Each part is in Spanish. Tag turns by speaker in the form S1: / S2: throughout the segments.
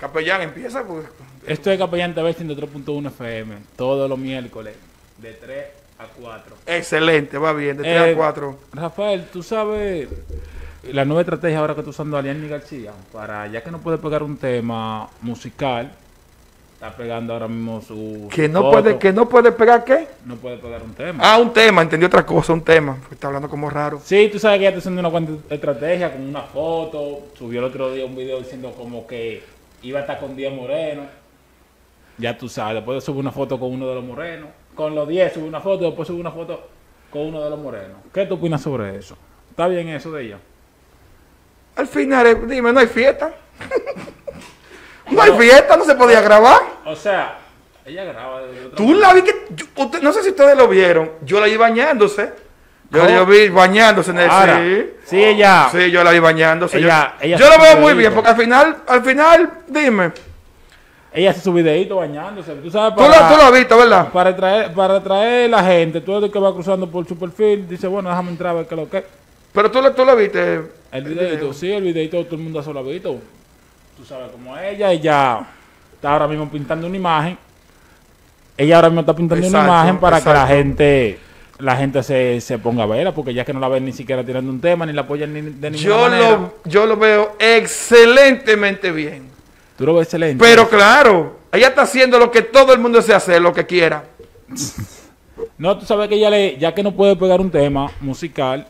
S1: Capellán, empieza. Pues.
S2: Esto es Capellán TV 103.1 FM, todos los miércoles, de 3 a 4.
S1: Excelente, va bien, de 3
S2: Eh,
S1: a 4.
S2: Rafael, tú sabes la nueva estrategia ahora que está usando Aliani García, para ya que no puede pegar un tema musical, está pegando ahora mismo su...
S1: Que
S2: su
S1: no
S2: foto,
S1: puede, que no puede pegar qué?
S2: No puede pegar un tema.
S1: Ah, un tema, entendí otra cosa, un tema. porque Está hablando como raro.
S2: Sí, tú sabes que ella está haciendo una cuanta estrategia con una foto. Subió el otro día un video diciendo como que iba a estar con 10 morenos. Ya tú sabes, después sube una foto con uno de los morenos. Con los 10 sube una foto, después sube una foto con uno de los morenos. ¿Qué tú opinas sobre eso? ¿Está bien eso de ella?
S1: Al final, eh, dime, no hay fiesta. no hay fiesta, no se podía grabar.
S2: O sea, ella graba de otra
S1: Tú la vi que. yo- usted- no sé si ustedes lo vieron. Yo la vi bañándose. Yo la
S2: ¿Cómo?
S1: vi bañándose en el.
S2: Ahora,
S1: sí.
S2: sí, ella.
S1: Sí, yo la vi bañándose.
S2: Ella-
S1: yo
S2: ella
S1: yo lo
S2: se
S1: veo
S2: lo
S1: muy
S2: digo.
S1: bien, porque al final, al final, dime.
S2: Ella hace su videito bañándose. Tú sabes
S1: Tú, la, tú lo has visto, ¿verdad?
S2: para atraer para atraer la gente, todo el que va cruzando por su perfil dice, bueno, déjame entrar a ver qué es lo que es.
S1: Pero tú, lo- tú lo viste.
S2: El videito, sí, el videito todo el mundo hace lo visto. Tú sabes cómo es ella, ella está ahora mismo pintando una imagen. Ella ahora mismo está pintando una
S1: Exacto,
S2: imagen para que la
S1: exacto.
S2: gente la gente se, se ponga a verla, porque ya que no la ven ni siquiera tirando un tema, ni la apoyan ni de ninguna
S1: Yo
S2: manera.
S1: lo, yo lo veo excelentemente bien.
S2: Tú lo ves excelente.
S1: Pero claro, ella está haciendo lo que todo el mundo se hace, lo que quiera.
S2: No, tú sabes que ella le, ya que no puede pegar un tema musical,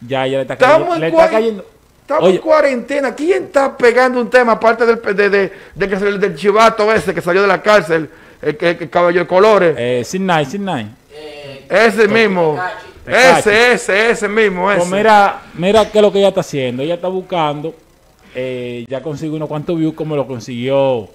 S2: ya ella le está
S1: Estamos
S2: cayendo.
S1: en
S2: Le
S1: cuar-
S2: está cayendo.
S1: Estamos
S2: Oye.
S1: en cuarentena. ¿Quién está pegando un tema aparte del, de, de- de que salió- del chivato ese que salió de la cárcel, el, que el caballo de colores?
S2: Eh, sin nine, sin nine. Eh,
S1: ese mismo.
S2: Tecachi.
S1: Ese, ese, ese mismo. Ese.
S2: Pues mira, mira qué es lo que ella está haciendo. Ella está buscando, eh, ya consiguió unos cuantos views como lo consiguió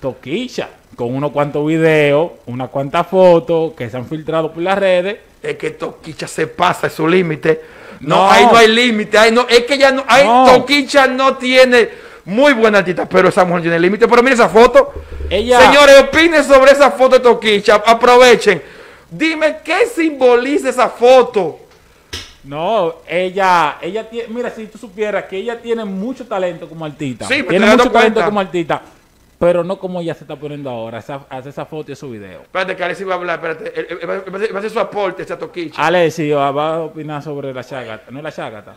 S2: Toquilla, con unos cuantos videos, unas cuantas fotos que se han filtrado por las redes.
S1: Es que Toquicha se pasa, es su límite. No,
S2: No.
S1: ahí no hay límite. Ahí no, es que ya no. Ahí
S2: No.
S1: Toquicha no tiene. Muy buena artista, pero esa mujer tiene límite. Pero mira esa foto.
S2: Ella-
S1: Señores, opinen sobre esa foto de Toquicha. Aprovechen. Dime qué simboliza esa foto.
S2: No, ella, ella tiene, mira, si tú supieras que ella tiene mucho talento como artista.
S1: Sí, me estoy
S2: tiene
S1: dando
S2: mucho talento
S1: cuenta.
S2: como artista, pero no como ella se está poniendo ahora, esa- hace esa foto y esos videos.
S1: Espérate, que Alexis va a hablar. Espérate. Él- él va- él va a hacer- va a hacer su aporte, esa Toquicha.
S2: Alexi, va a opinar sobre la chagata, no es la chagata.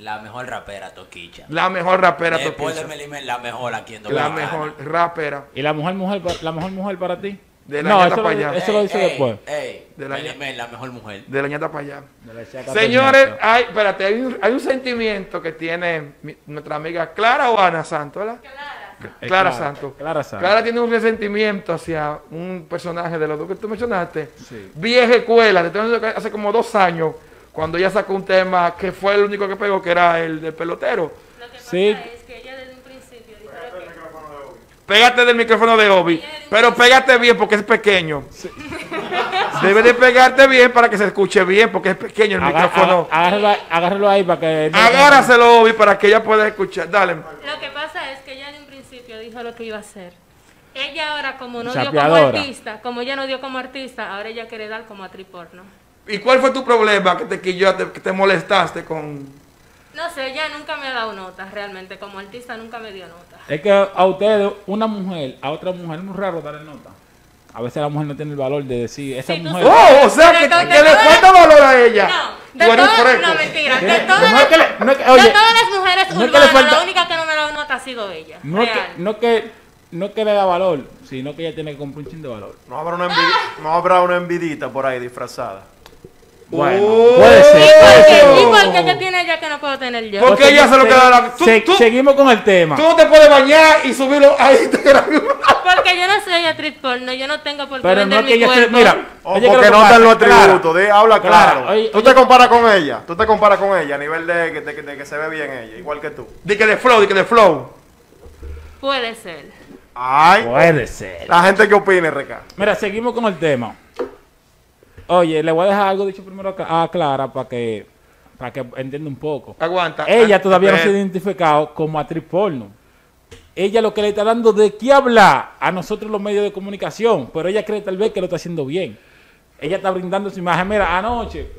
S3: La mejor rapera, Toquicha.
S1: La mejor rapera,
S3: Después de
S1: Toquicha.
S3: Melimel, la mejor aquí en
S1: La
S3: Dominicana.
S1: mejor rapera.
S2: ¿Y la mujer, mujer, pa- la mejor mujer para ti?
S1: De la ñata
S2: eso,
S1: pa'
S2: lo-
S1: allá.
S2: eso lo dice
S3: Ey,
S2: después.
S3: ey, ey,
S1: De la-
S3: Melimel, la mejor mujer.
S1: De la ñata para allá.
S2: De la chacata
S1: Señores,
S2: ñata.
S1: hay, espérate, hay un, hay un sentimiento que tiene mi- nuestra amiga Clara o Ana Santos, ¿verdad?
S2: Eh,
S1: Clara Santos.
S2: Clara Santos.
S1: Clara tiene un resentimiento hacia un personaje de los dos que tú mencionaste.
S2: Sí.
S1: Vieja escuela, te estoy hablando que hace como dos años, cuando ella sacó un tema que fue el único que pegó, que era el del pelotero.
S4: Lo que pasa
S2: Sí.
S4: es que ella desde un principio dijo lo que
S1: Pégate del micrófono de Obi, pero pégate bien porque es pequeño. Debe de pegarte bien para que se escuche bien porque es pequeño el
S2: Aga-
S1: micrófono.
S2: aga- agárralo, ahí- agárralo ahí para que... no-
S1: Agárraselo, Obi, para que ella pueda escuchar. Dale.
S4: Lo que pasa es que ella de un principio dijo lo que iba a hacer. Ella ahora, como no dio
S2: Chapeadora.
S4: como artista, como ella no dio como artista, ahora ella quiere dar como actriz porno.
S1: ¿Y cuál fue tu problema que te quillaste, que te molestaste con...
S4: No sé, ella nunca me ha dado notas realmente, como artista nunca me dio notas.
S2: Es que a ustedes, una mujer, a otra mujer, es muy raro darle nota. A veces la mujer no tiene el valor de decir, esa
S4: Sí, tú
S2: mujer...
S4: sabes.
S1: ¡Oh! O sea, que,
S4: Pero con-
S1: que le
S4: con-
S1: falta valor a ella.
S4: No,
S1: Tú
S4: de
S1: eres un
S4: todas,
S1: fresco.
S4: no mentira, de todas,
S2: no es que le- no es que-
S4: de
S2: oye,
S4: todas las mujeres
S2: no es que le
S4: urbanas,
S2: falta-
S4: la única que no me ha dado nota ha sido ella.
S2: No es que,
S4: real.
S2: no es que, no es que le da valor, sino que ella tiene que comprar un chin de valor.
S5: No habrá una, envi- no habrá una envidita por ahí disfrazada.
S2: Bueno,
S1: Oh.
S2: puede ser.
S4: Igual que-
S1: Oh.
S4: igual que ella tiene ella que no puedo tener yo.
S1: Porque ella se lo queda la-
S2: Tú,
S1: tú- tú-
S2: Seguimos con el tema.
S1: Tú no te puedes bañar y subirlo a Instagram.
S4: Porque yo no soy actriz porno, yo no tengo por qué
S2: pero no
S4: vender
S2: es que
S4: mi
S2: ella... esté-
S4: cuerpo.
S2: Mira,
S5: O
S2: oye,
S5: porque
S2: creo que
S5: no dan los
S2: Clara-
S5: atributos, de, habla
S2: Clara,
S5: claro.
S2: oye,
S5: tú
S2: oye.
S5: te comparas con ella, tú te comparas con ella a nivel de que, de que- de que se ve bien ella, igual que tú.
S1: Di que de flow, di que de flow.
S4: Puede ser.
S5: Ay,
S2: Puede ser.
S5: la gente que opine, Reca.
S2: Mira, seguimos con el tema. Oye, le voy a dejar algo dicho primero a Ca- a Clara para que, para que entienda un poco.
S1: Aguanta.
S2: Ella
S1: Ah,
S2: todavía no se ha
S1: espera.
S2: identificado como actriz porno. Ella lo que le está dando de qué hablar a nosotros los medios de comunicación, pero ella cree tal vez que lo está haciendo bien. Ella está brindando su imagen. Mira, anoche,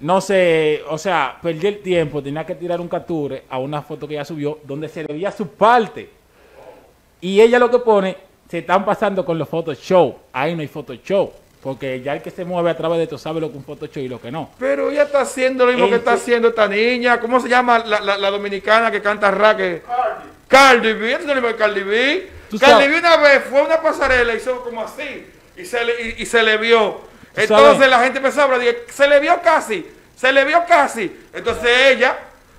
S2: no sé, o sea, perdí el tiempo, tenía que tirar un capture a una foto que ella subió donde se le veía su parte. Y ella lo que pone, se están pasando con los Photoshop. Ahí no hay Photoshop. Porque ya el que se mueve a través de esto sabe lo que es un Photoshop y lo que no.
S1: Pero ella está haciendo lo mismo que
S2: Ent-
S1: está haciendo esta niña. ¿Cómo se llama la, la- la dominicana que canta raque? Cardi B. Ella no le va a Cardi B.
S2: Tú
S1: Cardi
S2: sabes-
S1: B una vez fue a una pasarela, hizo como así y se le, y, y se le vio.
S2: Tú
S1: Entonces
S2: sabes-
S1: la gente empezó a hablar, dije, se le vio casi, se le vio casi. Entonces ella,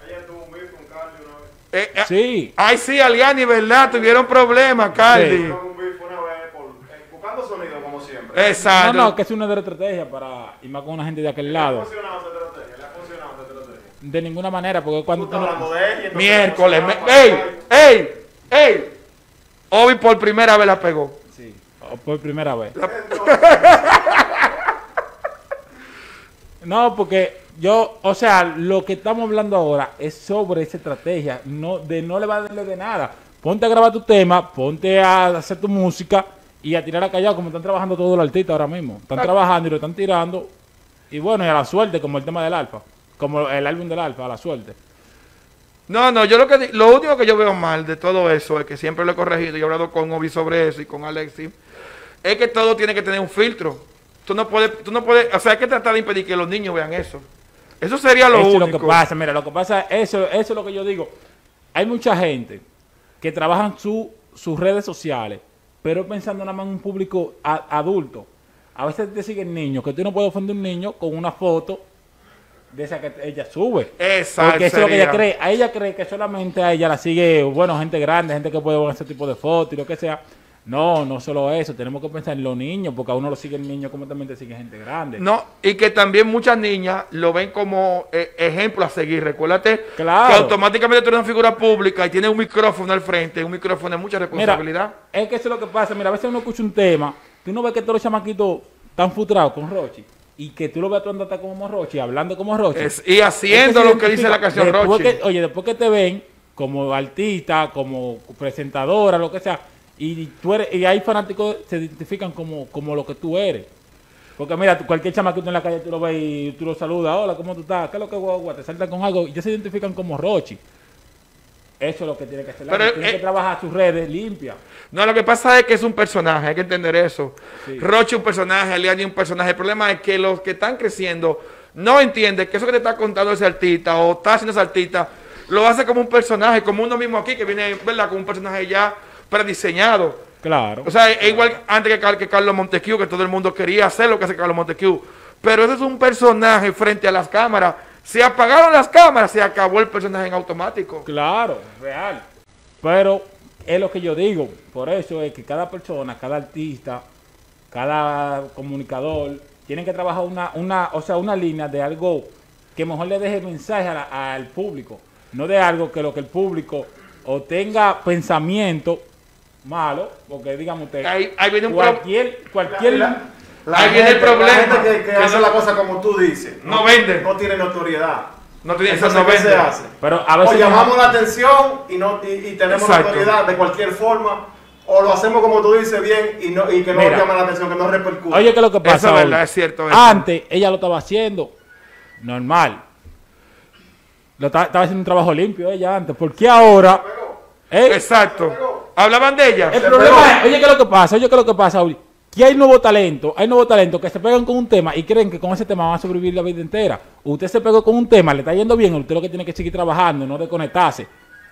S5: Ella tuvo un beef con Cardi una vez.
S1: eh, eh,
S2: Sí.
S1: ay sí, Algani, ¿verdad? Tuvieron problemas, Cardi.
S2: Sí.
S5: Tuvieron un beef una vez por, eh, buscando sonido como
S1: Eh,
S5: siempre.
S1: Exacto.
S2: No, no, que es una de las estrategias para ir más con una gente de aquel
S5: ¿Le ha
S2: lado.
S5: funcionado esa estrategia? ¿Le ha funcionado esa estrategia?
S2: De ninguna manera, porque
S5: Tú
S2: cuando
S5: estás
S2: uno-
S5: hablando de ella. entonces
S1: Miércoles.
S5: no
S1: me-
S5: se llama
S1: ¡Ey! ¡Ey! ¡Ey! Obi por primera vez la pegó.
S2: Sí, o Oh, por primera vez. No, porque yo, o sea, lo que estamos hablando ahora es sobre esa estrategia, no de no le va a darle de nada. Ponte a grabar tu tema, ponte a hacer tu música y a tirar a callado como están trabajando todos los artistas ahora mismo. Están trabajando y lo están tirando. Y bueno, y a la suerte, como el tema del alfa, como el álbum del alfa, a la suerte.
S1: No, no, yo lo que di- lo único que yo veo mal de todo eso es que siempre lo he corregido y he hablado con Obi sobre eso y con Alexis, es que todo tiene que tener un filtro. Tú no puedes, tú no puedes, o sea, hay que tratar de impedir que los niños vean eso. Eso sería lo
S2: eso
S1: único.
S2: es lo que pasa, mira, lo que pasa, eso, eso es lo que yo digo. Hay mucha gente que trabajan su, sus redes sociales, pero pensando nada más en un público a- adulto. A veces te siguen niños, que tú no puedes ofender a un niño con una foto de esa que ella sube.
S1: Exacto.
S2: Porque eso es lo que ella
S1: sería.
S2: cree. A ella cree que solamente a ella la sigue, bueno, gente grande, gente que puede poner ese tipo de fotos y lo que sea. No, no solo eso, tenemos que pensar en los niños, porque a uno lo sigue el niño como también te sigue gente grande.
S1: No, y que también muchas niñas lo ven como eh, ejemplo a seguir. Recuérdate
S2: Claro.
S1: que automáticamente tú eres una figura pública y tienes un micrófono al frente, un micrófono de mucha
S2: Mira,
S1: responsabilidad.
S2: es que eso es lo que pasa. Mira, a veces uno escucha un tema, tú no ves que todos los chamaquitos están frustrados con Rochi y que tú lo ves tú andando como Rochi, hablando como Rochi.
S1: Es- y haciendo
S2: Es se
S1: lo que dice
S2: identifica.
S1: la canción
S2: Después
S1: Rochi.
S2: que- oye, después que te ven como artista, como presentadora, lo que sea, y tú eres, y hay fanáticos que se identifican como, como lo que tú eres. Porque mira, tú- cualquier chamaquito en la calle tú lo ves y tú lo saludas, hola, ¿cómo tú estás? ¿Qué es lo que guagua? Te saltan con algo y ya se identifican como Rochi. Eso es lo que tiene que hacer. la
S1: Pero,
S2: gente. tiene
S1: eh,
S2: que trabajar sus redes limpias.
S1: No, lo que pasa es que es un personaje, hay que entender eso.
S2: Sí.
S1: Roche un personaje, Eliani un personaje. El problema es que los que están creciendo no entienden que eso que te está contando ese artista o está haciendo ese artista, lo hace como un personaje, como uno mismo aquí que viene, ¿verdad? Como un personaje ya prediseñado.
S2: Claro.
S1: O sea, es igual antes que, Car- que Carlos Montesquieu, que todo el mundo quería hacer lo que hace Carlos Montesquieu. Pero ese es un personaje frente a las cámaras. Se apagaron las cámaras, se acabó el personaje en automático.
S2: claro, real. Pero es lo que yo digo. Por eso es que cada persona, cada artista, cada comunicador, tienen que trabajar una, una, o sea, una línea de algo que mejor le deje mensaje a la- al público. No de algo que lo que el público o tenga pensamiento malo, porque digamos usted,
S1: Ahí, ahí viene un pro-
S2: cualquier, cualquier
S1: Ahí
S5: gente-
S1: viene el problema.
S5: La gente que, que
S1: Que
S5: hace
S1: no-
S5: la cosa como tú dices.
S1: No vende.
S5: No tiene notoriedad.
S1: No tiene-
S5: Entonces,
S1: no
S5: ¿qué
S1: vende.
S5: se hace?
S2: Pero a veces-
S5: o llamamos la atención y, no, y, y tenemos
S1: Exacto.
S5: notoriedad de cualquier forma. O lo hacemos como tú dices bien y, no, y que no
S2: Mira.
S5: llama la atención, que no repercute.
S2: Oye, ¿qué es lo que pasa?
S1: Eso es verdad,
S2: Olga?
S1: es cierto eso.
S2: Antes ella lo estaba haciendo normal. Lo ta- estaba haciendo un trabajo limpio ella antes. ¿Por qué ahora? ¿Eh?
S1: Exacto. Hablaban de ella.
S2: El problema es, oye, ¿qué es lo que pasa? Oye, ¿qué es lo que pasa, Uli? Que hay nuevo talento, hay nuevo talento que se pegan con un tema y creen que con ese tema van a sobrevivir la vida entera. Usted se pegó con un tema, le está yendo bien, usted lo que tiene que seguir trabajando, no desconectarse.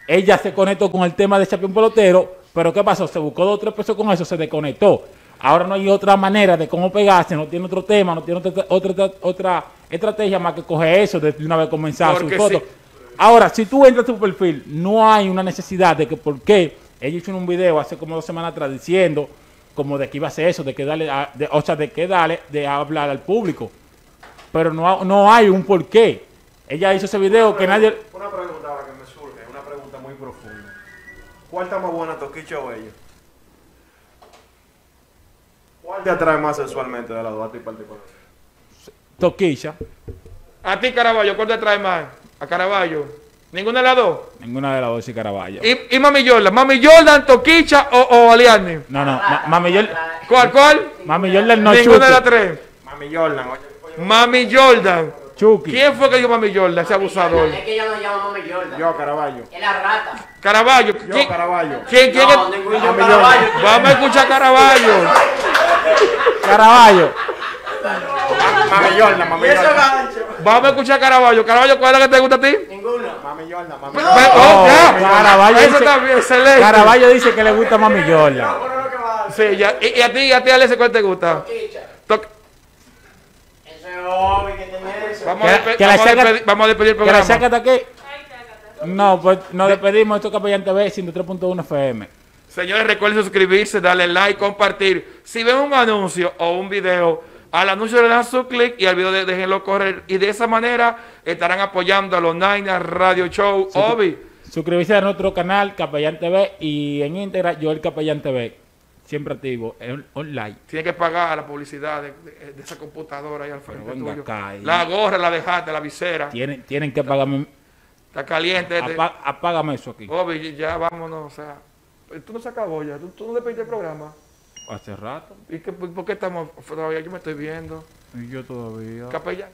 S2: Ella se conectó con el tema de Chapión Pelotero, pero ¿qué pasó? Se buscó dos o tres pesos con eso, se desconectó. Ahora no hay otra manera de cómo pegarse, no tiene otro tema, no tiene otra, otra, otra estrategia más que coger eso de una vez comenzar su
S1: Porque
S2: foto.
S1: sí.
S2: Ahora, si tú entras a tu perfil, no hay una necesidad de que por qué. Ella hizo un video hace como dos semanas atrás diciendo como de que iba a hacer eso, de que darle, a- de, o sea, de que darle, de hablar al público. Pero no, ha- no hay un por qué. Ella hizo ese video que nadie...
S5: Una pregunta ahora que me surge, una pregunta muy profunda. ¿Cuál está más buena, Toquicha o ella? ¿Cuál te atrae más sexualmente de la dos a ti particularmente?
S2: Toquilla.
S1: A ti, Caraballo, ¿cuál te trae más? A Caraballo. ¿Ninguna de las dos?
S2: Ninguna de las dos y Caraballo.
S1: ¿Y, y Mami Jordan? ¿Mami Jordan, Toquicha o, o Aliani?
S2: No, no, ma- mami, yo...
S1: ¿Cuál, cuál?
S2: Mami Jordan
S1: Ninguna
S2: no
S1: de
S2: chuta.
S1: las tres.
S5: Mami Jordan, oye.
S1: Mami Jordan.
S2: Chucky.
S1: ¿Quién fue que dijo Mami Jordan, ese abusador?
S6: Es que ella no llama Mami Jordan.
S5: Yo, Caraballo.
S6: Es la rata.
S1: Caraballo.
S5: Yo,
S1: ¿Quién?
S5: Caraballo.
S1: ¿Quién? quién
S6: No,
S1: es?
S6: ningún
S5: Mami
S6: Jordan.
S5: Jordan.
S1: Vamos a escuchar Caraballo.
S2: Caraballo.
S5: Mami Jordan, Mami Jordan.
S6: gancho.
S1: Vamos a escuchar Caraballo. Caraballo, ¿cuál es la que te gusta a ti?
S6: Ninguno.
S5: Mami Jordan, Mami
S1: Ve-
S5: Jordan.
S1: oh, ya.
S2: Caraballo
S1: Eso
S2: dice-
S1: está bien, excelente.
S2: Caraballo dice que le gusta Mami Jordan.
S1: Sí, ya. ¿Y, y a ti, y a ti, Alex, cuál te gusta?
S6: Quicha.
S1: Toc-
S6: Eso es obvio que tiene eso.
S1: Vamos, a,
S2: Que-
S1: despe-
S2: que la
S1: vamos, a
S2: saca-
S1: despedir, vamos a despedir el
S2: Que la
S1: programa.
S2: saca hasta aquí.
S4: Ay, tácata.
S2: No, pues nos despedimos. Esto es Capellán TV 103.1 FM.
S1: Señores, recuerden suscribirse, darle like, compartir. Si ven un anuncio o un video, al anuncio le dan su clic y al video de- déjenlo correr. Y de esa manera estarán apoyando a los Niners Radio Show. Obi,
S2: Suscribirse a nuestro canal Capellán TV y en Instagram Joel Capellán TV. Siempre activo, en- online.
S1: tiene que pagar la publicidad de, de- de esa computadora ahí al frente
S2: venga
S1: tuyo.
S2: acá, ahí.
S1: La gorra, la dejaste, la visera.
S2: Tienen, tienen que pagarme.
S1: Está caliente. este.
S2: apa- apágame eso aquí.
S1: Obi, ya vámonos. O sea, tú no se acabó ya. Tú, tú no despediste el programa.
S2: Hace rato.
S1: ¿Y qué, por por qué estamos todavía? Yo me estoy viendo.
S2: Y yo todavía.
S1: Capellán.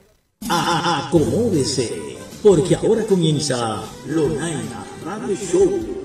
S7: Ah, Acomódese, porque ahora comienza Lonaina Radio Show.